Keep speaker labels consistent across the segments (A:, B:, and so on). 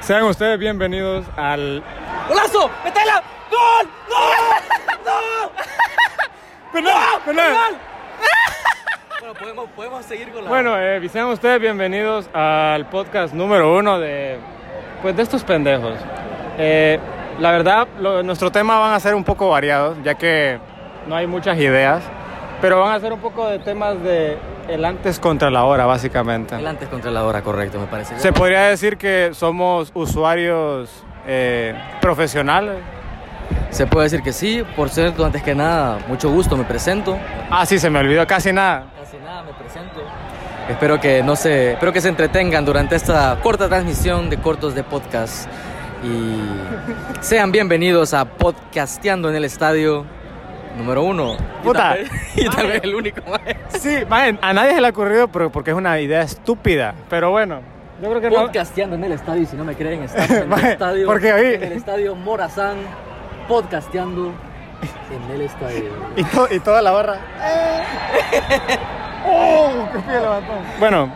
A: Sean ustedes bienvenidos al
B: ¡Golazo! ¡Metela! ¡Gol! ¡No! ¡No!
A: penal, penal.
B: Bueno, podemos, podemos seguir con la.
A: Bueno, eh, sean ustedes bienvenidos al podcast número uno de, pues, de estos pendejos. Eh, la verdad, lo- nuestro tema van a ser un poco variados, ya que no hay muchas ideas, pero van a ser un poco de temas de el antes contra la hora, básicamente.
B: El antes contra la hora, correcto, me parece.
A: Se podría decir que somos usuarios eh, profesionales.
B: Se puede decir que sí, por cierto, antes que nada, mucho gusto, me presento.
A: Ah, sí, se me olvidó casi nada.
B: Casi nada, me presento. Espero que no se, espero que se entretengan durante esta corta transmisión de cortos de podcast y sean bienvenidos a podcasteando en el estadio número uno. Y
A: Puta.
B: tal vez- Y tal vez el único. mae.
A: Sí, mae, a nadie se le ha ocurrido pero- porque es una idea estúpida, pero bueno, yo creo que no-
B: Podcasteando en el estadio, y si no me creen, estamos en el
A: Mae,
B: estadio.
A: porque ahí-
B: En el estadio Morazán, podcasteando en el estadio.
A: Y, to- y toda la barra. ¡Oh! ¡Qué pie levantó! Bueno,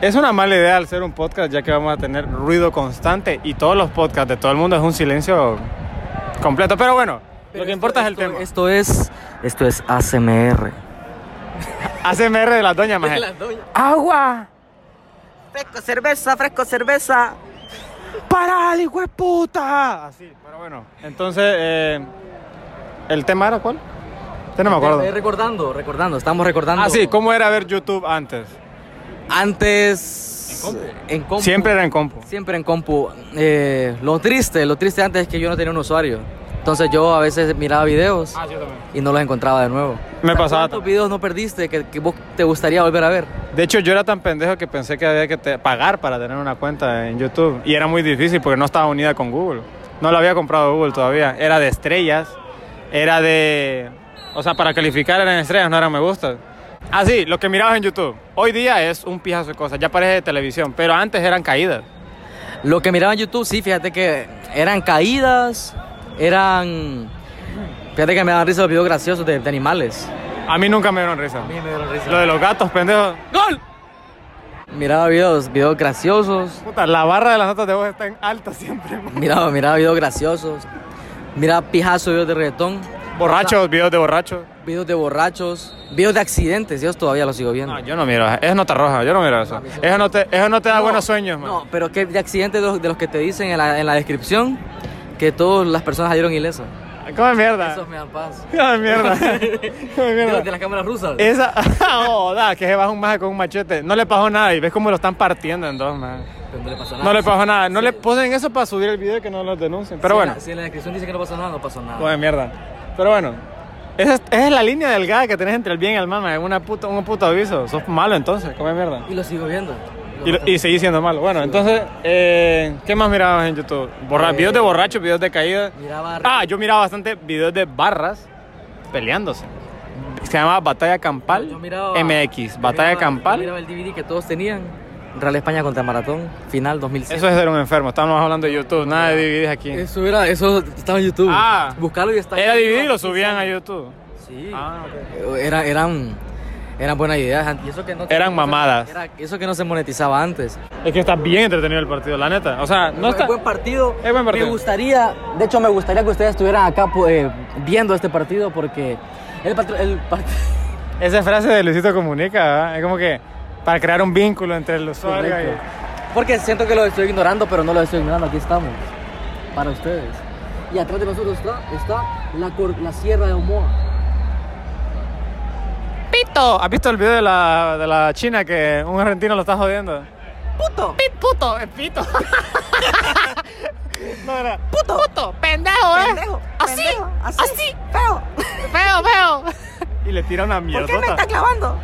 A: es una mala idea al ser un podcast, ya que vamos a tener ruido constante y todos los podcasts de todo el mundo es un silencio completo. Pero bueno, lo que importa es el tema.
B: Esto es, esto es ACMR.
A: ACMR de las doñas, maje. ¡Agua!
B: Fresco cerveza, fresco cerveza.
A: ¡Para, hijo de puta! Así, pero bueno. Entonces, eh, ¿el tema era cuál? Ya no me acuerdo.
B: Eh, recordando, recordando, estamos recordando.
A: Ah, sí, ¿cómo era ver YouTube antes?
B: Antes.
A: En compu.
B: en compu.
A: Siempre era en compu.
B: Siempre en compu. Eh, lo triste, lo triste antes es que yo no tenía un usuario. Entonces yo a veces miraba videos
A: Ah, yo también.
B: y no los encontraba de nuevo.
A: Me
B: O sea,
A: pasaba
B: ¿Cuántos
A: también.
B: videos no perdiste que, que vos te gustaría volver a ver?
A: De hecho, yo era tan pendejo que pensé que había que te- pagar para tener una cuenta en YouTube. Y era muy difícil porque no estaba unida con Google. No la había comprado Google todavía. Era de estrellas. Era de... O sea, para calificar eran estrellas, no eran me gusta. Ah, sí, lo que mirabas en YouTube. Hoy día es un pijazo de cosas. Ya parece de televisión. Pero antes eran caídas.
B: Lo que miraba en YouTube, sí, fíjate que eran caídas, eran. Fíjate que me daban risa los videos graciosos de, de animales.
A: A mí nunca me dieron risa.
B: mí me dieron
A: Lo de los gatos, pendejos.
B: ¡Gol! Miraba videos, videos graciosos.
A: Puta, la barra de las notas de voz está en alta siempre. man.
B: Miraba, miraba videos graciosos. Miraba pijazo videos de reggaetón.
A: Borrachos, videos de borrachos.
B: Videos de borrachos. Videos de accidentes. Yo todavía los sigo viendo.
A: No, yo no miro, es nota roja, yo no miro eso. Eso no te, eso no te da buenos sueños, man.
B: No, pero que de accidentes de los, de los que te dicen en la, en la descripción que todas las personas salieron ilesas.
A: Come mierda.
B: Esos me dan paz.
A: Come Ah. mierda. Come
B: De, las- de
A: mierda.
B: las cámaras rusas.
A: Esa. Oh, da, que se baja un maje con un machete. No le pasó nada y ves cómo lo están partiendo en dos, man.
B: Pero no le pasó nada.
A: No le
B: Si-
A: pasó nada. No le ponen eso para subir el video y que no los denuncien. Pero
B: si en
A: bueno,
B: la- si en la descripción dice que no pasó nada, no pasó nada.
A: come mierda. Pero bueno, esa es, esa es la línea delgada que tenés entre el bien y el mal, man. Una puta, un puto aviso. Sos malo entonces, come mierda.
B: Y lo sigo viendo.
A: Y, lo- y seguís siendo malo. Bueno, entonces, eh, ¿qué más mirabas en YouTube? Borra-
B: Eh,
A: videos de borrachos, videos de caídas.
B: Miraba.
A: Ah, yo miraba bastante videos de barras peleándose. Se llamaba Batalla Campal
B: Yo miraba-
A: MX,
B: yo
A: Batalla
B: miraba-
A: Campal.
B: yo Miraba el DVD que todos tenían. Real España contra Maratón, final 2006.
A: Eso es ser un enfermo, estamos hablando de YouTube, nada de DVDs aquí.
B: Eso era, eso estaba en YouTube.
A: Ah.
B: Buscarlo y estaba.
A: Era DVD y lo subían a YouTube.
B: Sí.
A: Ah, ok.
B: Era, eran, eran buenas ideas. Y eso que no
A: Eran mamadas.
B: era- eso que no se monetizaba antes.
A: Es que está bien entretenido el partido, la neta. O sea, no
B: Es
A: está...
B: buen partido.
A: Es buen partido.
B: Me gustaría, de hecho, me gustaría que ustedes estuvieran acá pu- eh, viendo este partido porque el, patro- el part-
A: Esa frase de Luisito Comunica, ¿verdad? es como que para crear un vínculo entre el usuario
B: Correcto.
A: y...
B: Porque siento que lo estoy ignorando, pero no lo estoy ignorando. Aquí estamos. Para ustedes. Y atrás de nosotros está, está la, cor- la Sierra de Omoa.
A: ¡Pito! ¿Has visto el video de la, de la China que un argentino lo está jodiendo?
B: ¡Puto!
A: ¡Pit puto! ¡Es pito! no, era...
B: ¡Puto!
C: puto, pendejo, ¿eh?
B: Pendejo,
C: así,
B: pendejo, así,
C: así, feo, feo, feo.
A: Y le tira una mierda.
C: clavando?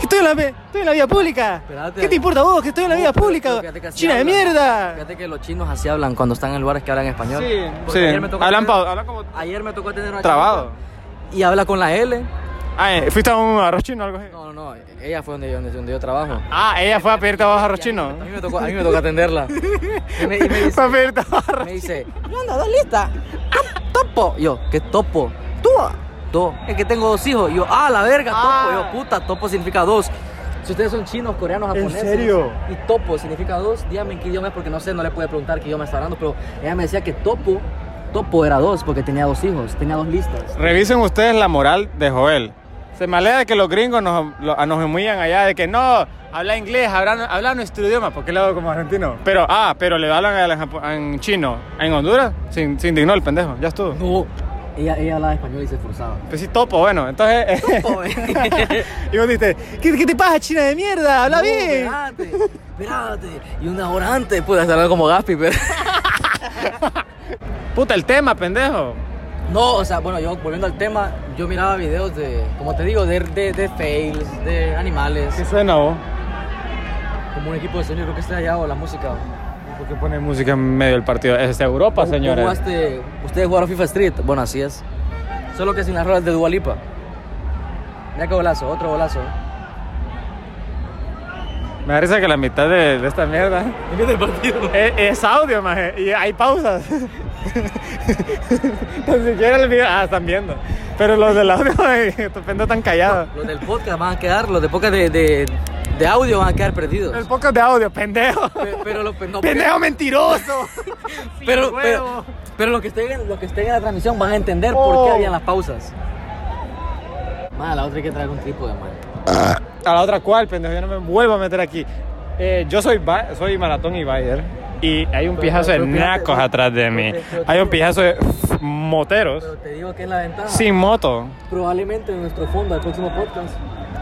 A: Estoy en la, estoy en la vía pública.
B: Espérate.
A: ¿Qué te importa vos? Que estoy en la vía pública. China de mierda.
B: Fíjate que los chinos así hablan cuando están en lugares que hablan español. Porque
A: sí.
B: ayer me tocó
A: Hablan,
B: tener-
A: pa- hablan como
B: Ayer me tocó tener una
A: trabado.
B: chica Y habla con la L.
A: Ah, eh, ¿fuiste a un arroz chino o algo así?
B: No, no, no. Ella fue donde yo, donde yo trabajo.
A: Ah, ella fue a pedir trabajo a arroz chino.
B: A mí me tocó, a mí me tocó atenderla. Y me, y me dice,
A: Fue a pedir trabajo a arroz
B: me dice, yo ando dos listas. Top- Topo. Yo, ¿qué topo? Tú. Dos. Es que tengo dos hijos. Yo, ah, la verga,
A: Ah.
B: topo. Yo, puta, topo significa dos. Si ustedes son chinos, coreanos,
A: ¿En
B: japoneses.
A: serio?
B: Y topo significa dos. Dígame en qué idioma es porque no sé, no le puede preguntar qué idioma está hablando. Pero ella me decía que topo, topo era dos porque tenía dos hijos, tenía dos listas.
A: Revisen ustedes la moral de Joel. Se me alegra que los gringos nos, lo- nos humillan allá de que no, habla inglés, habla, habla nuestro idioma, porque le hago como argentino. Pero, ah, pero le hablan al japo- en chino. En Honduras se, se indignó el pendejo, ya estuvo.
B: No. Ella, ella hablaba español y se esforzaba.
A: Pues sí, topo, bueno, entonces... y vos dices, ¿qué, qué te pasa, china de mierda? Habla
B: No,
A: bien.
B: Espérate, espérate. Y una hora antes, pude hablar como Gaspi, pero.
A: Puta, el tema, pendejo.
B: No, o sea, bueno, yo volviendo al tema, yo miraba videos de, como te digo, de, de, de fails, de animales.
A: ¿Qué suena vos?
B: Como un equipo de sonido, creo que está allá o la música.
A: ¿Por qué pone música en medio del partido? Es de Europa,
B: ¿Cómo- cómo
A: señores.
B: jugaste- ¿Ustedes jugaron FIFA Street? Bueno, así es. Solo que sin las ruedas de Dualipa. Mira qué golazo, otro golazo.
A: Me da risa que la mitad de, de esta mierda
B: el partido.
A: es, Eh, es audio, maje, y hay pausas. Ni siquiera el video. Ah, están viendo. Pero los del audio, estupendo, tan callados.
B: Los del podcast van a quedar, los de podcast de, de, de audio van a quedar perdidos.
A: El podcast de audio, pendejo.
B: Pe- Pero, los pe- no,
A: Pendejo mentiroso.
B: pero,
A: Sí,
B: pero,
A: huevo.
B: pero los que estén en, los que estén en la transmisión van a entender por
A: Oh.
B: qué habían las pausas. Mala, la otra hay que traer un trípode, man.
A: A la otra cual, pendejo, yo no me vuelvo a meter aquí. Eh, yo soy, ba- soy maratón y Bayer. Y hay un
B: Pero-
A: pijazo de
B: pero fíjate,
A: nacos
B: pero-
A: atrás de mí.
B: pero- pero-
A: Hay un pijazo de f- moteros
B: Pero te digo que es la ventaja.
A: sin moto.
B: Probablemente en nuestro fondo, el próximo podcast,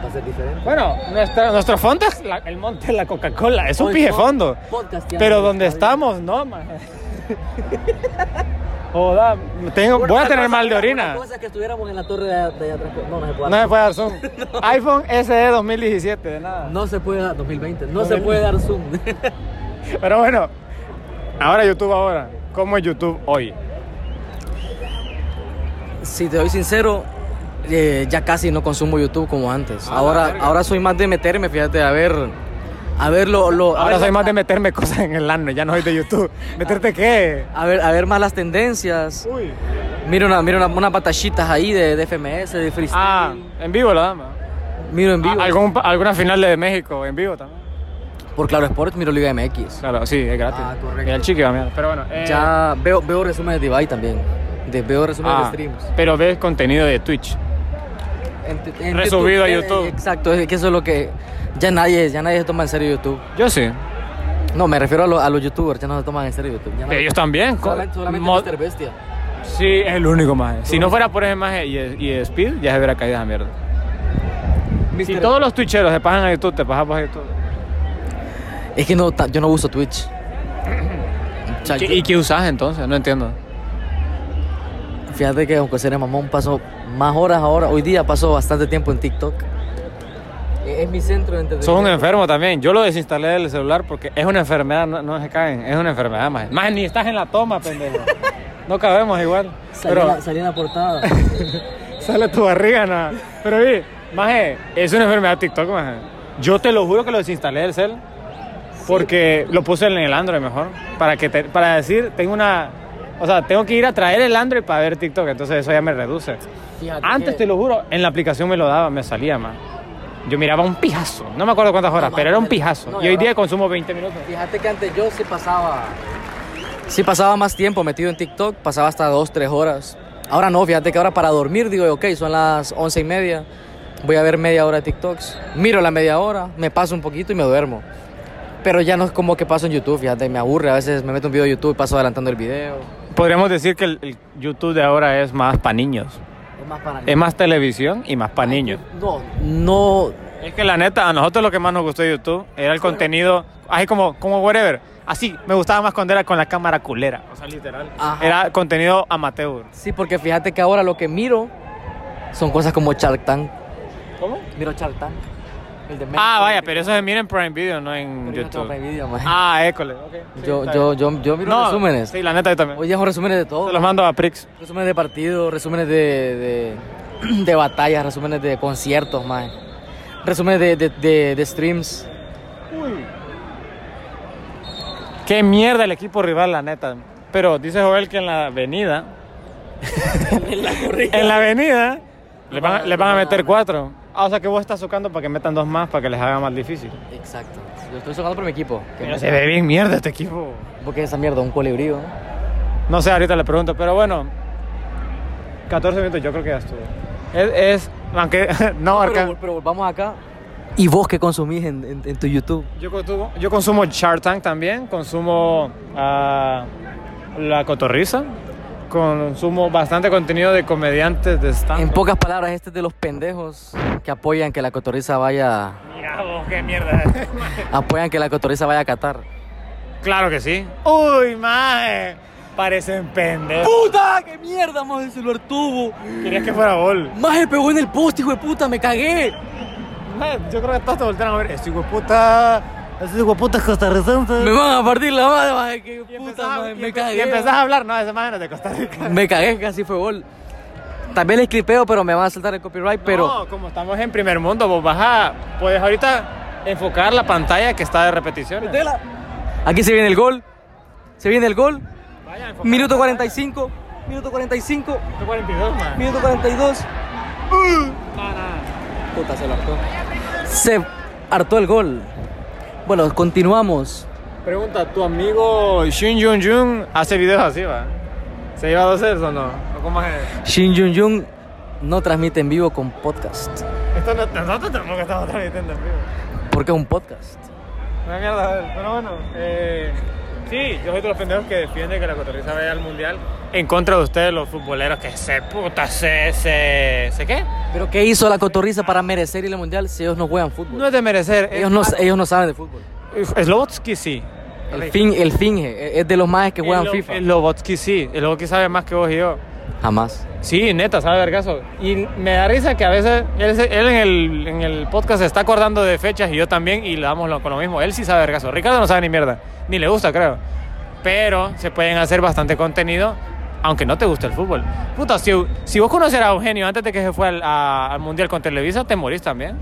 B: va a ser diferente.
A: Bueno, nuestra- nuestro fondo es la- el monte de la Coca-Cola, es un
B: Hoy
A: pije
B: pod-
A: fondo.
B: podcasteando
A: Pero
B: en
A: donde
B: el estadio.
A: estamos, no, man. Joda, tengo,
B: Bueno,
A: voy a
B: una
A: tener
B: cosa-
A: mal de
B: una
A: orina.
B: cosa es que estuviéramos en la torre de, de allá atrás. No, no se puede.
A: No me puede dar zoom. iPhone E SE 2017, de nada.
B: No se puede dar 2020. No se puede dar zoom.
A: Pero bueno, ahora YouTube ahora. ¿Cómo es YouTube hoy?
B: si te doy sincero, eh, ya casi no consumo YouTube como antes. ahora, ahora soy más de meterme, fíjate, a ver, a ver lo, lo- a
A: Ahora
B: ver
A: soy
B: la-
A: más de meterme cosas en el ano, ya no soy de YouTube. ¿Meterte qué?
B: a ver, a ver más las tendencias.
A: Uy.
B: Miro una, miro una- unas batallitas ahí de, de FMS, de freestyle.
A: Ah, en vivo la dama.
B: miro este, en vivo.
A: Ah, algún pa- alguna final de México en vivo también.
B: Por Claro Sports miro Liga MX.
A: Claro, sí, es gratis.
B: Ah, correcto.
A: Y el chique va a mirar. Pero bueno, eh,
B: Ya veo, veo resúmenes de Divide también. De- veo resúmenes
A: Ah,
B: de streams.
A: Pero ves contenido de Twitch.
B: En tu- en
A: Resubido a
B: eh,
A: YouTube.
B: Exacto, es que eso es lo que ya nadie, ya nadie se toma en serio YouTube.
A: Yo sí.
B: No, me refiero a, lo- a los youtubers, ya no se toman en serio YouTube. ya no-
A: Ellos también. co-
B: solamente solamente
A: mod-
B: Mr. Bestia.
A: sí, es el único más. Si no fuera por ese maje y, y Speed, ya se hubiera caído esa mierda. Si
B: Mr.
A: todos los twitcheros se pasan a YouTube, te pasas por YouTube.
B: Es que no, ta- yo no uso Twitch. O sea,
A: ¿Qué-
B: yo-
A: ¿Y qué usas entonces? No entiendo.
B: fíjate que aunque seré mamón, paso más horas ahora. Hoy día paso bastante tiempo en TikTok. E-, Es mi centro de
A: Sos un
B: entretenimiento.
A: enfermo también. Yo lo desinstalé del celular porque es una enfermedad, no, no se caen. Es una enfermedad, maje. Más ni estás en la toma, pendejo. No cabemos igual.
B: Salí, en
A: Pero
B: la- salí en la portada.
A: sale tu barriga, nada. Pero vi, maje, es una enfermedad TikTok, maje. Yo te lo juro que lo desinstalé del cel. Porque lo puse en el Android mejor. Para, que te- para decir, tengo una. O sea, tengo que ir a traer el Android para ver TikTok. Entonces eso ya me reduce.
B: Fíjate
A: Antes,
B: que-
A: te lo juro, en la aplicación me lo daba, me salía más. Yo miraba un pijazo. No me acuerdo cuántas horas,
B: No,
A: pero
B: man,
A: era un
B: el-
A: pijazo.
B: no,
A: y hoy
B: ahora-
A: día consumo 20 minutos.
B: Fíjate que antes yo sí pasaba. Sí pasaba más tiempo metido en TikTok, pasaba hasta dos, tres horas. Ahora no, fíjate que ahora para dormir digo, ok, son las once y media, voy a ver media hora de TikToks, miro la media hora, me paso un poquito y me duermo. Pero ya no es como que paso en YouTube, fíjate, me aburre, a veces me meto un video de YouTube y paso adelantando el video.
A: Podríamos decir que el, el YouTube de ahora es más para niños.
B: Es más para
A: Es más televisión y más para niños.
B: No, no,
A: Es que la neta, a nosotros lo que más nos gustó de YouTube era el contenido, así como, como whatever. Así, me gustaba más cuando era con la cámara culera. O sea, literal.
B: Ajá.
A: Era contenido amateur.
B: sí, porque fíjate que ahora lo que miro son cosas como Shark Tank.
A: ¿Cómo?
B: Miro Shark Tank, el de
A: Ah,
B: México.
A: vaya, pero eso se mira en Prime Video, no en
B: Pero yo no tengo
A: YouTube.
B: Prime Video, man.
A: Ah, école. ok. Sí,
B: Yo,
A: está
B: yo,
A: bien.
B: yo, yo miro
A: No,
B: resúmenes.
A: Sí, la neta, yo también.
B: Hoy día hago resúmenes de todo.
A: Se los mando a Prix.
B: Resúmenes de partidos, resúmenes de, de, de batallas, resúmenes de conciertos, más. Resúmenes de, de, de- de streams.
A: Qué mierda el equipo rival, la neta. Pero dice Joel que en la avenida. en la avenida. Le van, a- le van a meter cuatro. Ah, o sea que vos estás tocando para que metan dos más, para que les haga más difícil.
B: Exacto. Yo estoy tocando por mi equipo. que
A: Pero
B: me-
A: se ve bien mierda este equipo.
B: Porque esa mierda, un colibrío.
A: No sé, ahorita le pregunto, pero bueno. 14 minutos, yo creo que ya estuvo. Es, es aunque no, Arcan-
B: Pero, pero volvamos acá. ¿Y vos qué consumís en, en- en tu YouTube?
A: Yo consumo, yo consumo Shark Tank también, consumo ah, La Cotorriza, consumo bastante contenido de comediantes de
B: En
A: stand.
B: pocas palabras, este es de los pendejos que apoyan que la cotorriza vaya.
A: Mira vos, qué mierda.
B: Apoyan que la cotorriza vaya a Qatar.
A: claro que sí. Uy, mae, parecen pendejos.
B: ¡Puta! ¡Qué mierda, más el celular tuvo!
A: Querías que fuera gol.
B: ¡Más se pegó en el poste, hijo de puta! ¡Me cagué!
A: Mae, Yo creo que todos te voltearon a ver. Este hijo de puta, este hijo de puta es costarricense.
B: ¡Me van a partir la madre, maje, ¡Qué
A: Y
B: puta,
A: empezás-
B: maje,
A: y
B: ¡Me
A: empe- y
B: cagué!
A: empezás a hablar, no, esa madre no es de Costa Rica.
B: Me cagué, casi fue gol. También les clipeo, pero me van a saltar el copyright, pero...
A: No, como estamos en primer mundo, vos vas a. Puedes ahorita enfocar la pantalla que está de repeticiones.
B: Tela. Aquí se viene el gol. Se viene el gol.
A: Vaya, enfoca
B: Minuto
A: la
B: 45. Minuto 45.
A: pantalla. Minuto 42, man.
B: Minuto 42.
A: No, no.
B: Puta, se lo hartó. Se hartó el gol. Bueno, continuamos.
A: Pregunta, ¿tu amigo Shin Jun Jun hace videos así, va? ¿Se lleva dos sets o no? ¿O cómo es?
B: Shin Jun Jun no transmite en vivo con podcast.
A: Esto no, nosotros tenemos que estamos transmitiendo en vivo.
B: Porque es un podcast.
A: Una mierda, a ver, pero bueno. Eh, sí, yo soy de los pendejos que defiende que la cotorriza vaya al mundial. En contra de ustedes, los futboleros, que se puta, se. se. ¿se qué?
B: Pero ¿qué hizo la cotorriza para merecer ir al mundial si ellos no juegan fútbol?
A: No es de merecer.
B: ellos, no, ellos no saben de fútbol.
A: Slovotsky sí.
B: El, fin, el finge e-, es de los más que juegan
A: El Lo-
B: FIFA.
A: el Lobotsky sí. El Lobotsky sabe más que vos y yo.
B: Jamás.
A: Sí, neta, sabe vergazo. Y me da risa que a veces él, se- él en, el, en el podcast se está acordando de fechas y yo también y le damos lo- con lo mismo. Él sí sabe vergazo. Ricardo no sabe ni mierda. Ni le gusta, creo. Pero se pueden hacer bastante contenido aunque no te guste el fútbol. Puta, si, si vos conocieras a Eugenio antes de que se fuera al, a- al Mundial con Televisa, te morís también.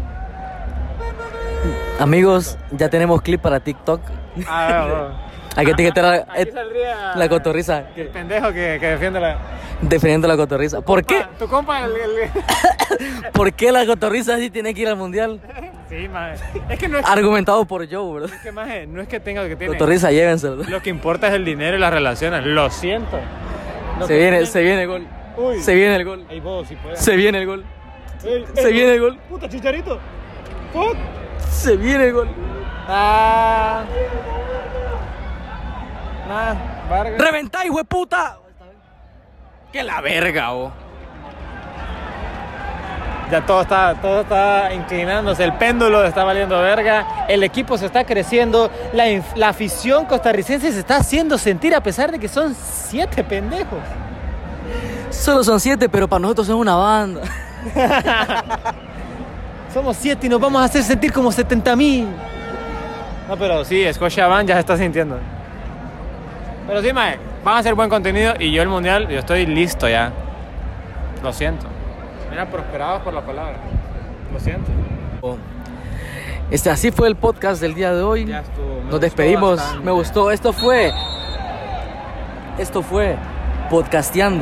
B: Amigos, ya tenemos clip para TikTok. Ah, Hay que etiquetar a-
A: Ah, Aquí saldría
B: eh, la cotorriza.
A: El pendejo que, que defiende la... Ah,
B: Defendiendo la cotorriza. ¿Por qué?
A: Tu compa, el- el-
B: ¿Por qué la cotorriza sí tiene que ir al mundial?
A: Sí, mae. Es que no es,
B: Argumentado por Joe, bro.
A: es que, mae, no es que tenga que tiene.
B: Cotorriza, llévenselo.
A: Lo que importa es el dinero y las relaciones. Lo siento. Lo
B: Se
A: que
B: viene,
A: tiene-
B: se viene el gol.
A: Uy.
B: Se viene el gol.
A: Ahí vos, si puedes.
B: Se viene el gol.
A: Ey,
B: se
A: ey,
B: viene el gol.
A: Puta, chicharito. Fuck.
B: Se viene el gol.
A: Ah. Nah, Vargas.
B: ¡Reventá, hijo de puta! ¡Que la verga, vos!
A: Ya todo está, todo está inclinándose, el péndulo está valiendo verga, el equipo se está creciendo, la, inf- la afición costarricense se está haciendo sentir a pesar de que son siete pendejos.
B: Solo son siete, pero para nosotros es una banda.
A: Somos siete y nos vamos a hacer sentir como 70 mil. No, pero sí, Scotia Van ya se está sintiendo. Pero sí, Mae, van a hacer buen contenido y yo el mundial, yo estoy listo ya. Lo siento. Mira, prosperados por la palabra. Lo siento.
B: Este, así fue el podcast del día de hoy.
A: Ya estuvo, me gustó
B: Nos despedimos.
A: bastante.
B: Me gustó. Esto fue. Esto fue. Podcasteando.